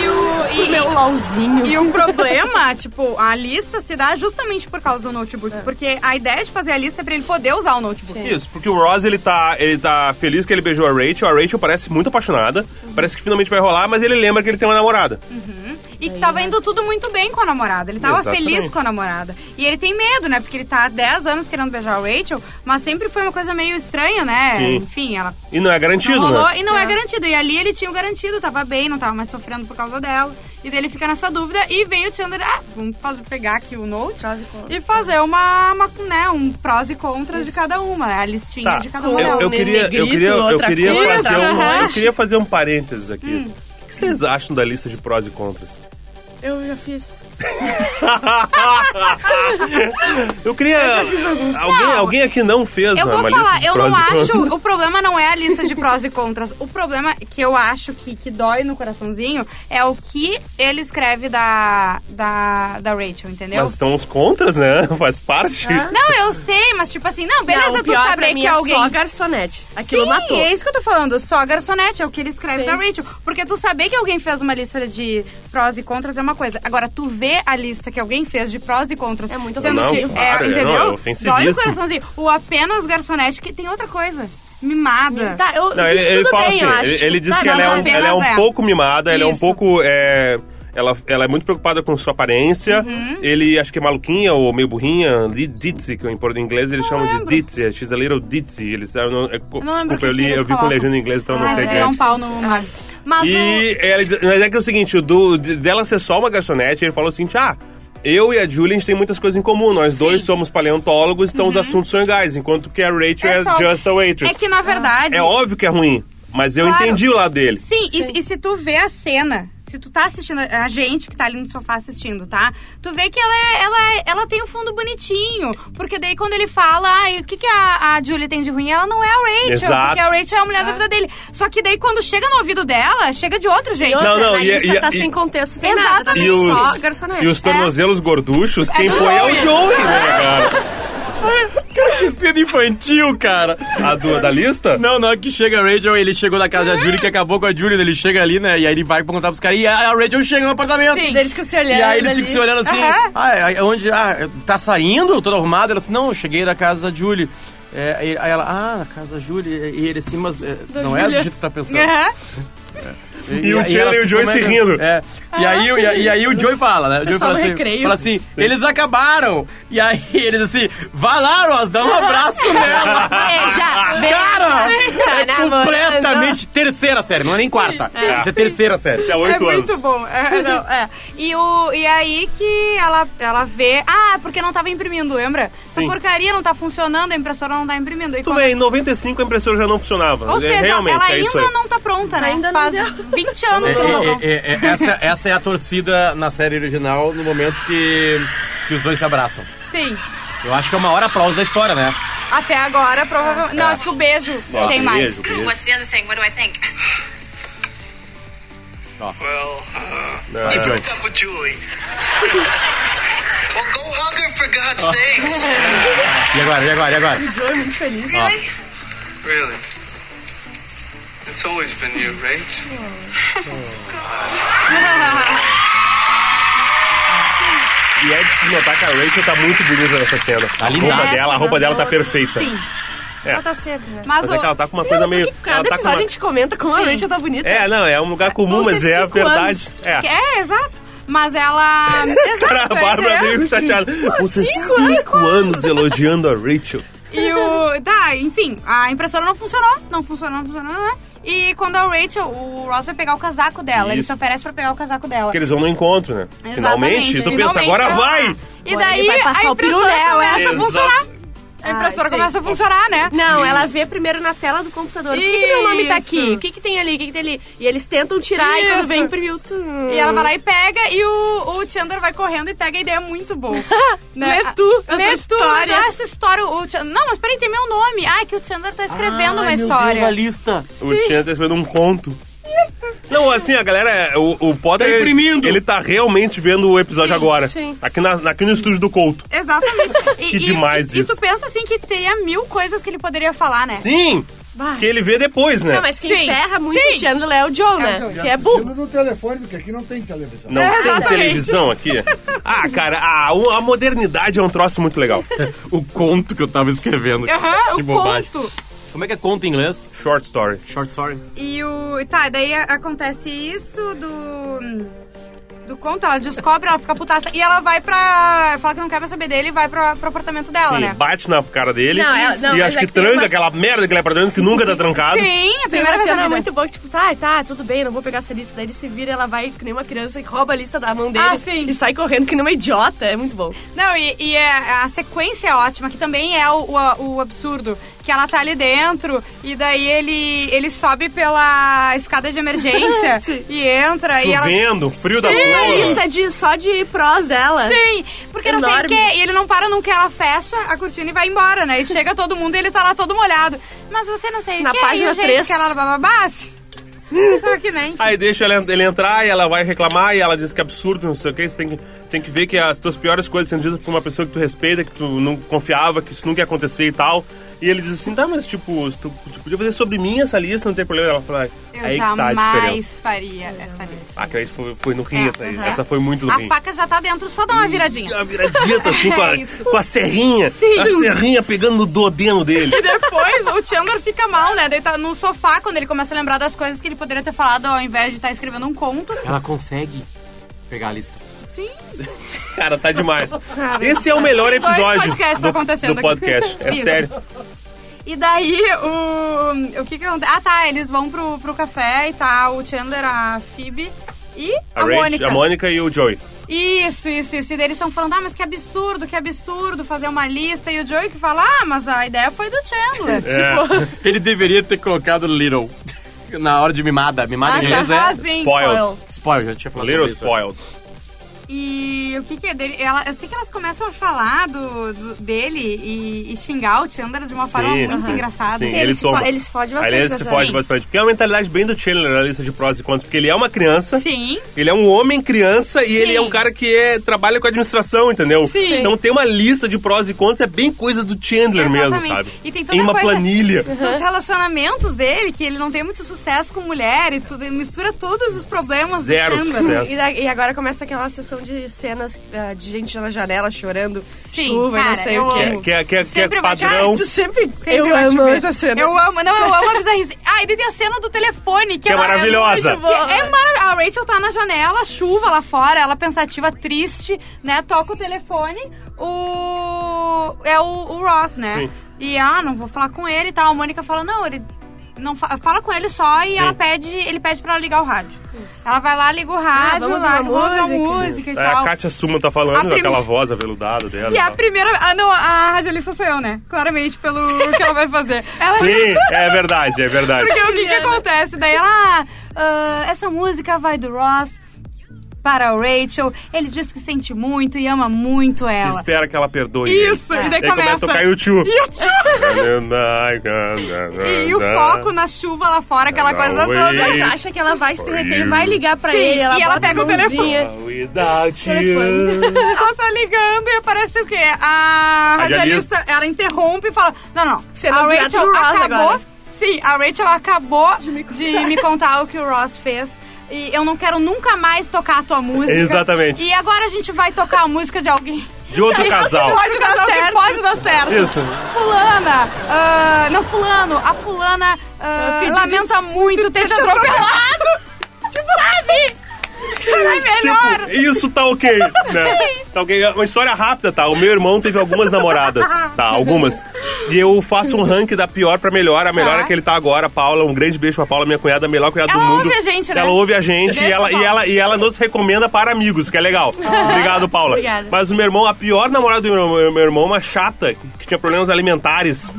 Speaker 2: E o...
Speaker 3: O
Speaker 2: E,
Speaker 3: meu LOLzinho.
Speaker 2: E um problema, tipo, a lista se dá justamente por causa do notebook. Porque a ideia de fazer a lista é pra ele poder usar o notebook.
Speaker 1: É Isso, porque o Ross, ele tá, ele tá feliz que ele beijou a Rachel. A Rachel parece muito apaixonada. Parece que finalmente vai rolar, mas ele lembra que ele tem uma namorada.
Speaker 2: E que tava indo tudo muito bem com a namorada. Ele tava
Speaker 1: Exatamente.
Speaker 2: feliz com a namorada. E ele tem medo, né? Porque ele tá há 10 anos querendo beijar a Rachel, mas sempre foi uma coisa meio estranha, né?
Speaker 1: Sim.
Speaker 2: Enfim, ela
Speaker 1: E não é garantido,
Speaker 2: não rolou
Speaker 1: né?
Speaker 2: e não é. garantido. E ali ele tinha o garantido, tava bem, não tava mais sofrendo por causa dela. E daí ele fica nessa dúvida e vem o Chandler, ah, vamos fazer, pegar aqui o note
Speaker 3: Prós e contras.
Speaker 2: e fazer uma, uma, né, um prós e contras de cada uma, a listinha de cada uma
Speaker 3: Com
Speaker 1: Tá. eu,
Speaker 2: delas.
Speaker 1: eu queria, eu
Speaker 3: negrito,
Speaker 1: queria, eu
Speaker 3: outra
Speaker 1: queria
Speaker 3: coisa.
Speaker 1: fazer um, eu
Speaker 3: Aham.
Speaker 1: queria fazer um parênteses aqui.
Speaker 2: Hum.
Speaker 1: O que vocês acham da lista de prós e contras?
Speaker 3: Eu já fiz.
Speaker 1: Eu queria. alguém,
Speaker 2: Não.
Speaker 1: alguém aqui não fez
Speaker 2: Eu
Speaker 1: né,
Speaker 2: vou
Speaker 1: uma
Speaker 2: falar,
Speaker 1: lista de
Speaker 2: eu
Speaker 1: prós
Speaker 2: não
Speaker 1: e contras.
Speaker 2: acho. O problema não é a lista de prós e contras. O problema que eu acho que, que dói no coraçãozinho é o que ele escreve da, da, da Rachel, entendeu?
Speaker 1: Mas são os contras, né? Faz parte.
Speaker 2: Não, eu sei, mas tipo assim, não, beleza,
Speaker 3: não,
Speaker 2: tu
Speaker 3: pior pra
Speaker 2: saber
Speaker 3: mim
Speaker 2: que
Speaker 3: é
Speaker 2: alguém.
Speaker 3: só garçonete. Aquilo
Speaker 2: Sim,
Speaker 3: matou.
Speaker 2: é isso que eu tô falando. Só garçonete, é o que ele escreve
Speaker 3: Sim.
Speaker 2: da Rachel. Porque tu saber que alguém fez uma lista de prós e contras é uma coisa. Agora, tu vê a lista que alguém fez de prós e contras.
Speaker 3: É muito
Speaker 2: sendo
Speaker 1: ofensivo.
Speaker 2: que-
Speaker 1: Não, para,
Speaker 2: é,
Speaker 1: é,
Speaker 2: entendeu?
Speaker 1: não, é
Speaker 2: Dói o
Speaker 1: ofensivíssimo.
Speaker 2: coraçãozinho. O apenas garçonete, que tem outra coisa. Mimada.
Speaker 3: Tá, eu
Speaker 1: Não, ele,
Speaker 3: disse
Speaker 1: ele
Speaker 3: tudo
Speaker 1: fala
Speaker 3: bem, eu
Speaker 1: assim,
Speaker 3: acho.
Speaker 1: ele, ele diz
Speaker 3: Tá,
Speaker 1: que ela é,
Speaker 2: mas
Speaker 1: um,
Speaker 2: apenas
Speaker 1: ela é um
Speaker 2: é.
Speaker 1: pouco mimada, ela é um
Speaker 2: Isso.
Speaker 1: pouco. é, ela, ela é muito preocupada com sua aparência.
Speaker 2: Uhum.
Speaker 1: Ele acho que é maluquinha ou meio burrinha, li- ditzy, que em por- em inglês eles chamam
Speaker 2: lembro.
Speaker 1: de ditzy, é she's a little ditzy. Eles, eu não, é, co-
Speaker 2: não lembro o
Speaker 1: desculpa,
Speaker 2: que
Speaker 1: eu,
Speaker 2: que
Speaker 1: li,
Speaker 2: eles
Speaker 1: eu vi com
Speaker 2: colocam.
Speaker 1: legenda em inglês, então eu não
Speaker 2: Ah,
Speaker 1: sei
Speaker 2: é,
Speaker 1: direito.
Speaker 2: um pau no mar. Mas o-
Speaker 1: E ela diz- mas é que é o seguinte, o do, de- dela ser só uma garçonete, ele falou assim, ah, eu e a Julia, a gente tem muitas coisas em comum. Nós dois somos paleontólogos, então os assuntos são iguais, enquanto que a Rachel é,
Speaker 2: Uhum. É só-
Speaker 1: just a waitress.
Speaker 2: é que, na verdade,
Speaker 1: É óbvio que é ruim, mas eu
Speaker 2: Claro.
Speaker 1: entendi o lado dele.
Speaker 2: Sim, e- E, se tu vê a cena, se tu tá assistindo, a gente que tá ali no sofá assistindo, tá? Tu vê que ela, é- ela, é- ela tem um fundo bonitinho. Porque daí quando ele fala, ai, o que, que a, a Julie tem de ruim? Ela não é a Rachel.
Speaker 1: Exato.
Speaker 2: Porque a Rachel é a mulher da vida dele. Só que daí quando chega no ouvido dela, chega de outro jeito.
Speaker 3: Outra,
Speaker 1: um- Não, não,
Speaker 3: a
Speaker 1: e- é-
Speaker 3: lista
Speaker 1: e-
Speaker 3: tá
Speaker 1: e-
Speaker 3: sem contexto, sem nada. Tá
Speaker 2: Exatamente.
Speaker 1: E
Speaker 3: sendo só
Speaker 1: os,
Speaker 3: garçonete.
Speaker 1: e os tornozelos gorduchos, quem
Speaker 2: é. do
Speaker 1: põe é o
Speaker 2: Joey.
Speaker 1: Joey, né, cara?
Speaker 5: Que cena infantil, cara.
Speaker 1: A do, da lista?
Speaker 5: Não, não, que chega a Rachel, ele chegou na casa da Julie, que acabou com a Julie, ele chega ali, né? E aí ele vai pra contar pros caras, e a a Rachel chega no apartamento.
Speaker 3: Sim. Eles ficam se olhando.
Speaker 5: E aí eles
Speaker 3: ali.
Speaker 5: ficam se olhando assim,
Speaker 2: Aham.
Speaker 5: ah, é onde, ah, tá saindo, toda arrumada? Ela assim, não, eu cheguei da casa da Julie. É, aí aí ela, ah, na casa da Julie, e ele assim, mas é, não é do
Speaker 3: Julia.
Speaker 5: jeito que tá pensando.
Speaker 2: Aham.
Speaker 1: E o
Speaker 5: aí
Speaker 1: Chandler
Speaker 5: ela
Speaker 1: e o Joey se
Speaker 5: comentam.
Speaker 1: rindo.
Speaker 5: É. E, aí, o- e, aí- e aí o Joey fala, né? O Joey
Speaker 3: só
Speaker 5: fala
Speaker 3: no
Speaker 5: assim,
Speaker 3: recreio.
Speaker 5: fala assim, eles acabaram. E aí eles assim, vai lá, Ross, dá um abraço nela.
Speaker 2: Beija, beija.
Speaker 5: Cara, é
Speaker 3: Tá namorando.
Speaker 5: completamente terceira série, não é nem quarta. Isso é terceira série.
Speaker 1: Há oito
Speaker 2: é
Speaker 1: anos.
Speaker 2: muito bom. É, não, é. E, o, e aí que ela, ela vê. Ah, porque não tava imprimindo, lembra? Essa
Speaker 1: Sim.
Speaker 2: porcaria não tá funcionando, a impressora não tá imprimindo. E
Speaker 1: Tu
Speaker 2: quando-
Speaker 1: vê, em 95 a impressora já não funcionava.
Speaker 2: Ou
Speaker 1: É,
Speaker 2: seja,
Speaker 1: Realmente,
Speaker 2: ela
Speaker 1: é isso aí.
Speaker 2: ainda não tá pronta, né?
Speaker 3: Ainda não
Speaker 2: Faz
Speaker 3: deu.
Speaker 2: 20 anos
Speaker 5: É,
Speaker 2: que ela não tá pronta.
Speaker 5: é, é, é, essa, essa é a torcida na série original no momento que, que os dois se abraçam.
Speaker 2: Sim.
Speaker 5: Eu acho que é o maior aplauso da história, né?
Speaker 2: Até agora, provavelmente. Não, acho que o beijo
Speaker 1: Ó,
Speaker 2: tem mais.
Speaker 1: Tá. beijo, beijo.
Speaker 6: What's the other thing? What do I think?
Speaker 7: Well, uh,
Speaker 5: Vai, Joey.
Speaker 7: hooked up with Julie. well, go hug her for God's sakes.
Speaker 5: E agora, e agora, e agora?
Speaker 7: Really? Really? It's always been you, right?
Speaker 1: E é de se notar que a Rachel tá muito bonita nessa cena.
Speaker 5: Tá
Speaker 1: a
Speaker 5: linda.
Speaker 1: roupa
Speaker 3: Essa
Speaker 1: dela, a roupa dela tá
Speaker 3: dançou.
Speaker 1: perfeita.
Speaker 2: Sim.
Speaker 3: Ela tá sempre, né?
Speaker 2: Mas,
Speaker 1: Mas
Speaker 2: o-
Speaker 1: é que ela tá com É. uma coisa meio.
Speaker 3: Porque
Speaker 1: Ela
Speaker 3: Cada
Speaker 1: tá com
Speaker 3: episódio
Speaker 1: uma...
Speaker 3: a gente comenta como a
Speaker 2: Sim.
Speaker 3: Rachel tá bonita.
Speaker 1: É, não, é um lugar comum,
Speaker 3: Vão ser
Speaker 1: mas é a
Speaker 3: cinco
Speaker 1: verdade. É.
Speaker 2: É, exato. Mas ela. Exato,
Speaker 1: Cara, a Bárbara
Speaker 2: entendeu?
Speaker 1: meio chateada. Você cinco anos elogiando a Rachel.
Speaker 2: E o. Tá, enfim, a impressora não funcionou, não funcionou, não funcionou, não. E quando a Rachel, o Ross vai pegar o casaco dela. Ele
Speaker 1: Isso.
Speaker 2: se oferece pra pegar o casaco dela.
Speaker 1: Porque eles vão no encontro, né?
Speaker 2: Exatamente,
Speaker 1: Finalmente, tu pensa,
Speaker 2: finalmente tá.
Speaker 1: agora
Speaker 2: vai
Speaker 1: vai!
Speaker 2: rolar. E
Speaker 3: Agora
Speaker 2: daí
Speaker 3: ele vai
Speaker 2: a
Speaker 3: passar o peru
Speaker 2: impressora
Speaker 3: nela.
Speaker 2: começa a
Speaker 1: Exato.
Speaker 2: funcionar. A impressora
Speaker 3: Ah, sei.
Speaker 2: começa a funcionar, né?
Speaker 3: Não, ela vê primeiro na tela do computador. Por que, que meu nome tá aqui?
Speaker 2: Isso.
Speaker 3: O que, que tem ali? O que, que tem ali? E eles tentam tirar e
Speaker 2: Isso.
Speaker 3: quando vem imprimiu. Tum.
Speaker 2: E ela vai lá e pega, e o, o Chandler vai correndo e pega a ideia é muito boa. Né?
Speaker 3: Lê tu essa
Speaker 2: Lê tu, mas
Speaker 3: história.
Speaker 2: ah, essa história. O Chan- Não, mas peraí, tem meu nome. Ah, que o Chandler tá escrevendo uma história.
Speaker 5: lista.
Speaker 1: O Chandler tá escrevendo um conto. Não, assim, a galera, o, o Potter,
Speaker 5: Tá imprimindo.
Speaker 1: ele tá realmente vendo o episódio agora.
Speaker 3: sim.
Speaker 1: Aqui, na, aqui no estúdio do Couto.
Speaker 2: Exatamente. E,
Speaker 1: Que
Speaker 2: e-
Speaker 1: demais
Speaker 2: e,
Speaker 1: isso.
Speaker 2: E tu pensa assim que teria mil coisas que ele poderia falar, né?
Speaker 1: Sim!
Speaker 3: Vai.
Speaker 1: Que ele vê depois, né?
Speaker 3: Não, mas quem
Speaker 2: Sim,
Speaker 3: ferra muito
Speaker 2: sim.
Speaker 3: o Chandler é o Joe, né?
Speaker 2: o Joe.
Speaker 3: que é burro.
Speaker 8: Assistindo no telefone, porque aqui não tem televisão.
Speaker 3: É,
Speaker 1: Não tem
Speaker 2: exatamente.
Speaker 1: televisão aqui. Ah, cara, a, a modernidade é um troço muito legal.
Speaker 5: O conto que eu tava escrevendo.
Speaker 2: Aham,
Speaker 5: Que
Speaker 2: o
Speaker 5: bobagem.
Speaker 2: conto.
Speaker 5: Como é que é conto em inglês?
Speaker 1: Short story.
Speaker 5: Short story.
Speaker 2: E o. Tá, daí a- acontece isso do. Do conto, ela descobre, ela fica putaça. E ela vai pra. Fala que não quer mais saber dele e vai pra, pro apartamento dela,
Speaker 1: Sim,
Speaker 2: né?
Speaker 1: bate na cara dele
Speaker 3: Não, ela- não,
Speaker 1: e
Speaker 3: mas
Speaker 1: acho
Speaker 3: é
Speaker 1: que
Speaker 3: que tem
Speaker 1: tranca
Speaker 3: uma-
Speaker 1: aquela merda que ele é pra dentro que nunca tá trancado.
Speaker 2: Sim, a
Speaker 3: Tem
Speaker 2: primeira
Speaker 3: uma
Speaker 2: cena
Speaker 3: cena
Speaker 2: na vida.
Speaker 3: muito boa que, tipo, ai, tá, tudo bem, não vou pegar essa lista. Daí ele se vira e ela vai que nem uma criança e rouba a lista da mão dele.
Speaker 2: Ah, sim.
Speaker 3: E sai correndo que nem uma idiota. É muito bom.
Speaker 2: Não, e, e é- a sequência é ótima, que também é o, o- o absurdo. Que ela tá ali dentro, e daí ele, ele sobe pela escada de emergência
Speaker 3: Sim.
Speaker 2: e entra. E ela.
Speaker 1: Chovendo, frio da
Speaker 3: E a
Speaker 1: porra.
Speaker 3: lista é de, só de prós dela.
Speaker 2: Sim, porque não sei o
Speaker 3: Enorme.
Speaker 2: quê. E ele não para nunca, ela fecha a cortina e vai embora, né? E chega todo mundo e ele tá lá todo molhado. Mas você não sei
Speaker 3: Na
Speaker 2: o quê,
Speaker 3: página
Speaker 2: e o jeito
Speaker 3: três.
Speaker 2: que ela bababá. assim. Só que nem.
Speaker 1: Aí deixa ela- ele entrar e ela vai reclamar e ela diz que é absurdo, não sei o que. Você tem que, tem que ver que as tuas piores coisas sendo ditas por uma pessoa que tu respeita, que tu não confiava, que isso nunca ia acontecer e tal. E ele diz assim, tá, mas tipo, tu, tu podia fazer sobre mim essa lista, não tem problema. Ela fala,
Speaker 2: Eu
Speaker 1: aí que tá a
Speaker 2: jamais
Speaker 1: diferença.
Speaker 2: faria essa lista.
Speaker 1: Ah, cara, isso foi, foi no rim
Speaker 2: É,
Speaker 1: essa aí.
Speaker 2: aham.
Speaker 1: Essa foi muito no
Speaker 2: A
Speaker 1: rim.
Speaker 2: faca já tá dentro, só dá uma viradinha.
Speaker 1: Uma viradita assim com
Speaker 2: É
Speaker 1: a,
Speaker 2: isso.
Speaker 1: com a serrinha.
Speaker 2: Sim.
Speaker 1: A serrinha pegando no dodeno dele.
Speaker 2: E depois o Chandler fica mal, né? Deita no sofá quando ele começa a lembrar das coisas que ele poderia ter falado ao invés de estar escrevendo um conto.
Speaker 5: Ela consegue pegar a lista.
Speaker 2: Sim.
Speaker 1: Cara, tá demais. Esse é o melhor
Speaker 2: Dois
Speaker 1: episódio
Speaker 2: podcasts
Speaker 1: do,
Speaker 2: acontecendo
Speaker 1: do
Speaker 2: aqui.
Speaker 1: podcast. É
Speaker 2: Isso.
Speaker 1: sério.
Speaker 2: E daí o. O que que acontece? Ah, tá. Eles vão pro, pro café e tal. O Chandler, a Phoebe e a,
Speaker 1: A, Rach,
Speaker 2: Mônica.
Speaker 1: a Mônica e o Joey.
Speaker 2: Isso, isso, isso. E daí eles estão falando, ah, mas que absurdo, que absurdo fazer uma lista. E o Joey que fala, ah, mas a ideia foi do Chandler. Tipo,
Speaker 1: É.
Speaker 5: Ele deveria ter colocado Little na hora de mimada. Mimada em inglês
Speaker 2: tá,
Speaker 5: é...
Speaker 2: ah, sim,
Speaker 1: spoiled.
Speaker 5: Spoil, já tinha falado
Speaker 1: Little
Speaker 5: sobre isso.
Speaker 1: spoiled.
Speaker 2: E o que que é dele? Ela, eu sei que elas começam a falar do, do- dele e, e xingar o Chandler de uma
Speaker 1: Sim,
Speaker 2: forma muito
Speaker 1: sim,
Speaker 2: engraçada.
Speaker 1: sim.
Speaker 3: Ele,
Speaker 1: Ele
Speaker 3: se
Speaker 1: toma.
Speaker 3: fo- ele se fode
Speaker 1: Aí
Speaker 3: bastante.
Speaker 1: ele se
Speaker 3: dessa-
Speaker 1: fode
Speaker 2: Sim.
Speaker 1: bastante. Porque é uma mentalidade bem do Chandler na lista de prós e contras. Porque ele é uma criança.
Speaker 2: Sim.
Speaker 1: Ele é um homem criança e
Speaker 2: Sim.
Speaker 1: ele é um cara que é, trabalha com administração, entendeu?
Speaker 2: Sim.
Speaker 1: Então tem uma lista de prós e contras, é bem coisa do Chandler mesmo,
Speaker 2: Exatamente.
Speaker 1: sabe?
Speaker 2: E tem toda
Speaker 1: em uma
Speaker 2: coisa-
Speaker 1: planilha.
Speaker 2: Dos relacionamentos dele, que ele não tem muito sucesso com mulher e tudo, ele mistura todos os problemas
Speaker 1: Zero
Speaker 2: do Chandler.
Speaker 1: sucesso.
Speaker 3: E, da- e agora começa aquela sessão de cenas cenas ah, de gente na janela chorando,
Speaker 2: Sim,
Speaker 3: chuva, e não
Speaker 2: cara,
Speaker 3: sei
Speaker 2: eu
Speaker 3: o quê.
Speaker 2: amo.
Speaker 1: Que é, que é, que é
Speaker 2: Sempre vai-
Speaker 1: padrão.
Speaker 3: Tu sempre,
Speaker 2: Sempre
Speaker 3: eu
Speaker 2: vai
Speaker 3: amo
Speaker 2: chover.
Speaker 3: essa cena.
Speaker 2: Eu amo, não, eu amo a bizarrice. Ah, e daí tem a cena do telefone, que,
Speaker 1: Que é
Speaker 2: ela
Speaker 1: maravilhosa.
Speaker 2: É, muito boa. Que é mara- A Rachel tá na janela, chuva lá fora, ela pensativa, triste, né? Toca o telefone, o. É o, o Ross, né?
Speaker 1: Sim.
Speaker 2: E ah, não vou falar com ele e tal. A Mônica fala, não, ele. Não fa- fala com ele só e ela pede, ele pede pra ela ligar o rádio. Ela vai lá, liga o rádio,
Speaker 3: Ah, vamos
Speaker 2: lá,
Speaker 3: ouvir
Speaker 2: vamos
Speaker 3: uma
Speaker 2: ouvir uma
Speaker 3: música.
Speaker 2: música e
Speaker 1: É, a
Speaker 2: tal.
Speaker 1: Kátia Suma tá
Speaker 2: então. A
Speaker 1: falando,
Speaker 2: prime-
Speaker 1: aquela voz aveludada dela.
Speaker 2: E a
Speaker 1: tal.
Speaker 2: primeira. Ah, não, a radialista sou eu, né? Claramente, pelo que ela vai fazer. Ela
Speaker 1: Sim, é verdade, é verdade.
Speaker 2: Porque o que, que acontece? Daí ela. ah, essa música vai do Ross para o Rachel. Ele diz que sente muito e ama muito ela.
Speaker 1: Espera que ela perdoe.
Speaker 2: Isso,
Speaker 1: ele.
Speaker 2: e daí
Speaker 1: Daí começa a
Speaker 2: começa.
Speaker 1: tocar YouTube.
Speaker 2: E o tio-
Speaker 1: É,
Speaker 2: E, e o
Speaker 1: né?
Speaker 2: foco na chuva lá fora, aquela coisa toda.
Speaker 1: Oi.
Speaker 3: Ela acha que ela vai se derreter,
Speaker 1: Oi.
Speaker 3: vai ligar pra
Speaker 2: Sim,
Speaker 3: ele. Ela
Speaker 2: e ela
Speaker 3: bota a
Speaker 2: pega o telefone.
Speaker 3: mãozinha.
Speaker 1: Without
Speaker 3: Telefone.
Speaker 1: you.
Speaker 2: Ela tá ligando e aparece o quê? A
Speaker 1: Radialista.
Speaker 2: radialista, ela interrompe e fala: Não, não.
Speaker 3: Você
Speaker 2: a
Speaker 3: não direto
Speaker 2: Rachel
Speaker 3: pro Ross
Speaker 2: acabou.
Speaker 3: agora."
Speaker 2: Sim, a Rachel acabou de me, contar o que o Ross fez. E eu não quero nunca mais tocar a tua música.
Speaker 1: Exatamente.
Speaker 2: E agora a gente vai tocar a música de alguém.
Speaker 1: De outro casal.
Speaker 2: Pode dar certo. Pode dar certo.
Speaker 1: Isso.
Speaker 2: Fulana. ah, não, fulano. A fulana ah,
Speaker 3: Eu pedi
Speaker 2: lamenta muito ter te
Speaker 3: ter te
Speaker 2: atropelado. tipo, sabe? É melhor.
Speaker 1: Tipo, isso tá ok, né? Tá ok. Uma história rápida, tá? O meu irmão teve algumas namoradas, tá? Algumas. E eu faço um ranking da pior pra melhor. A melhor
Speaker 2: Tá.
Speaker 1: é que ele tá agora, a Paula. Um grande beijo pra Paula, minha cunhada, a melhor cunhada
Speaker 2: Ela
Speaker 1: do mundo.
Speaker 2: ouve a gente, né?
Speaker 1: Ela ouve a gente
Speaker 2: Beijo,
Speaker 1: e ela, e,
Speaker 2: Paula. Ah,
Speaker 1: ela, e ela nos recomenda para amigos, que é legal. Obrigado, Paula.
Speaker 2: Obrigada.
Speaker 1: Mas o meu irmão, a pior namorada do meu, meu irmão, uma chata, que tinha problemas alimentares.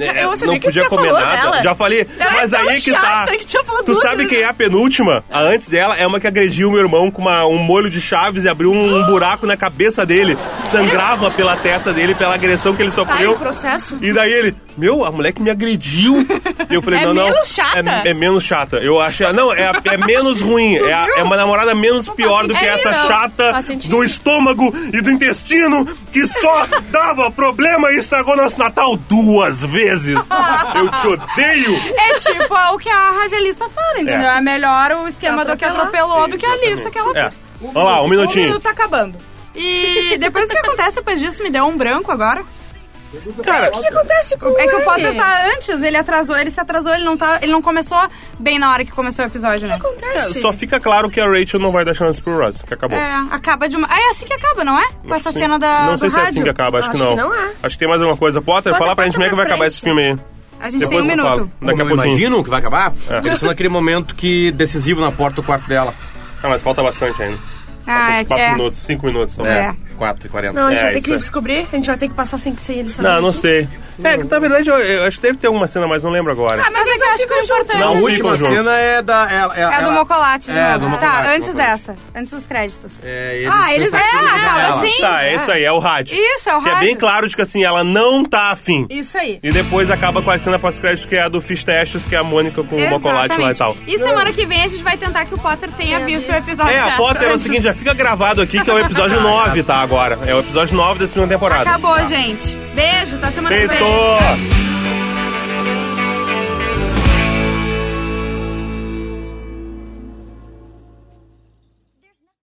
Speaker 1: É,
Speaker 3: sabia
Speaker 1: não
Speaker 3: que
Speaker 1: podia
Speaker 3: já
Speaker 1: comer
Speaker 3: falou
Speaker 1: nada.
Speaker 3: dela.
Speaker 1: Já falei.
Speaker 3: Ela é
Speaker 1: mas
Speaker 3: tão
Speaker 1: aí que
Speaker 3: chata
Speaker 1: tá.
Speaker 3: que tinha falado né?
Speaker 1: tu
Speaker 3: duas
Speaker 1: sabe
Speaker 3: vezes,
Speaker 1: quem é a penúltima? A antes dela é uma que agrediu meu irmão com uma- um molho de chaves e abriu um, buraco na cabeça dele. Sangrava pela testa dele, pela agressão que ele
Speaker 3: Tá em
Speaker 1: sofreu.
Speaker 3: processo?
Speaker 1: E daí ele, meu, a mulher que me agrediu. E eu falei,
Speaker 3: É
Speaker 1: não, não.
Speaker 3: menos chata.
Speaker 1: É, é menos chata. Eu achei. Não, é, é menos ruim. É, a- é uma namorada menos pior do que
Speaker 2: sentido.
Speaker 1: essa
Speaker 2: É, não.
Speaker 1: chata
Speaker 3: Faz sentido.
Speaker 1: do estômago e do intestino que só dava problema e estragou nosso Natal duas vezes. Eu te odeio.
Speaker 2: É tipo ó, o que a radialista fala, entendeu? É,
Speaker 1: É.
Speaker 2: melhor o esquema do que atropelou do que a lista que ela
Speaker 1: É.
Speaker 2: fez.
Speaker 1: Olha lá, um
Speaker 2: O
Speaker 1: minutinho.
Speaker 2: minuto tá acabando. E depois o que acontece depois disso? Me deu um branco agora.
Speaker 1: Cara,
Speaker 3: acontece com
Speaker 2: É que o Potter
Speaker 3: ele?
Speaker 2: tá antes, ele atrasou, ele se atrasou, ele não, tá, ele não começou bem na hora que começou o episódio, né?
Speaker 3: Acontece.
Speaker 1: só fica claro que a Rachel não vai dar chance pro Ross, que acabou.
Speaker 2: É, acaba de uma. Ah, É assim que acaba, não é? Com essa
Speaker 1: Sim.
Speaker 2: cena da,
Speaker 1: Não
Speaker 2: do
Speaker 1: sei se
Speaker 2: rádio.
Speaker 1: é assim que acaba, acho,
Speaker 3: Acho
Speaker 1: que não.
Speaker 3: que não é.
Speaker 1: Acho que tem mais alguma coisa. Potter,
Speaker 3: Potter,
Speaker 1: fala pra gente
Speaker 3: passa
Speaker 1: como é que
Speaker 3: pra
Speaker 1: vai acabar
Speaker 3: frente.
Speaker 1: esse filme aí.
Speaker 2: A gente
Speaker 1: Depois
Speaker 2: tem um
Speaker 1: eu falo.
Speaker 2: minuto.
Speaker 1: Daqui a
Speaker 5: Como eu
Speaker 1: pouquinho.
Speaker 5: imagino que vai acabar, eles são naquele momento que decisivo na porta do quarto dela.
Speaker 1: Ah, mas falta bastante ainda.
Speaker 2: Ah, é,
Speaker 1: Uns 4
Speaker 2: é.
Speaker 1: minutos, 5 minutos. São
Speaker 2: É.
Speaker 5: 4 e 40.
Speaker 3: Não, a gente
Speaker 1: É,
Speaker 3: vai ter
Speaker 1: isso
Speaker 3: que
Speaker 1: é.
Speaker 3: descobrir. A gente vai ter que passar sem, sem ele saber.
Speaker 1: Não, não sei. É, que, na verdade, eu, eu acho que deve ter uma cena, mas não lembro agora.
Speaker 2: Ah, mas é que eu acho que o importante
Speaker 5: A
Speaker 1: Não,
Speaker 2: é-
Speaker 5: última
Speaker 1: Ficam juntos.
Speaker 5: cena é da. É, é-
Speaker 2: é a do
Speaker 5: ela-
Speaker 2: Mocolate. de
Speaker 5: É,
Speaker 2: novo.
Speaker 5: do Mocolate,
Speaker 2: Tá, antes
Speaker 5: Mocolate.
Speaker 2: dessa. Antes dos créditos.
Speaker 5: É, eles
Speaker 3: Ah, eles-
Speaker 5: pensativos
Speaker 2: é,
Speaker 5: com
Speaker 2: fala
Speaker 5: ela.
Speaker 2: assim.
Speaker 1: tá, é isso aí, é o rádio.
Speaker 2: Isso, é o
Speaker 1: que É
Speaker 2: rádio.
Speaker 1: bem claro de que assim, ela não tá afim.
Speaker 2: Isso aí.
Speaker 1: E depois acaba com a cena pós-crédito, que é a do Fish Testes, que é a Mônica com o Mocolate lá e
Speaker 2: Exatamente.
Speaker 1: tal.
Speaker 2: E semana que vem a gente vai tentar que o Potter tenha
Speaker 3: Tenha
Speaker 2: visto o
Speaker 3: visto.
Speaker 2: episódio
Speaker 1: É, a
Speaker 2: certo.
Speaker 1: Potter é o seguinte, já fica gravado aqui que é o episódio 9, tá? Agora. É o episódio 9 da segunda temporada.
Speaker 2: Acabou, gente. Beijo, tá semana que vem.
Speaker 1: Feito!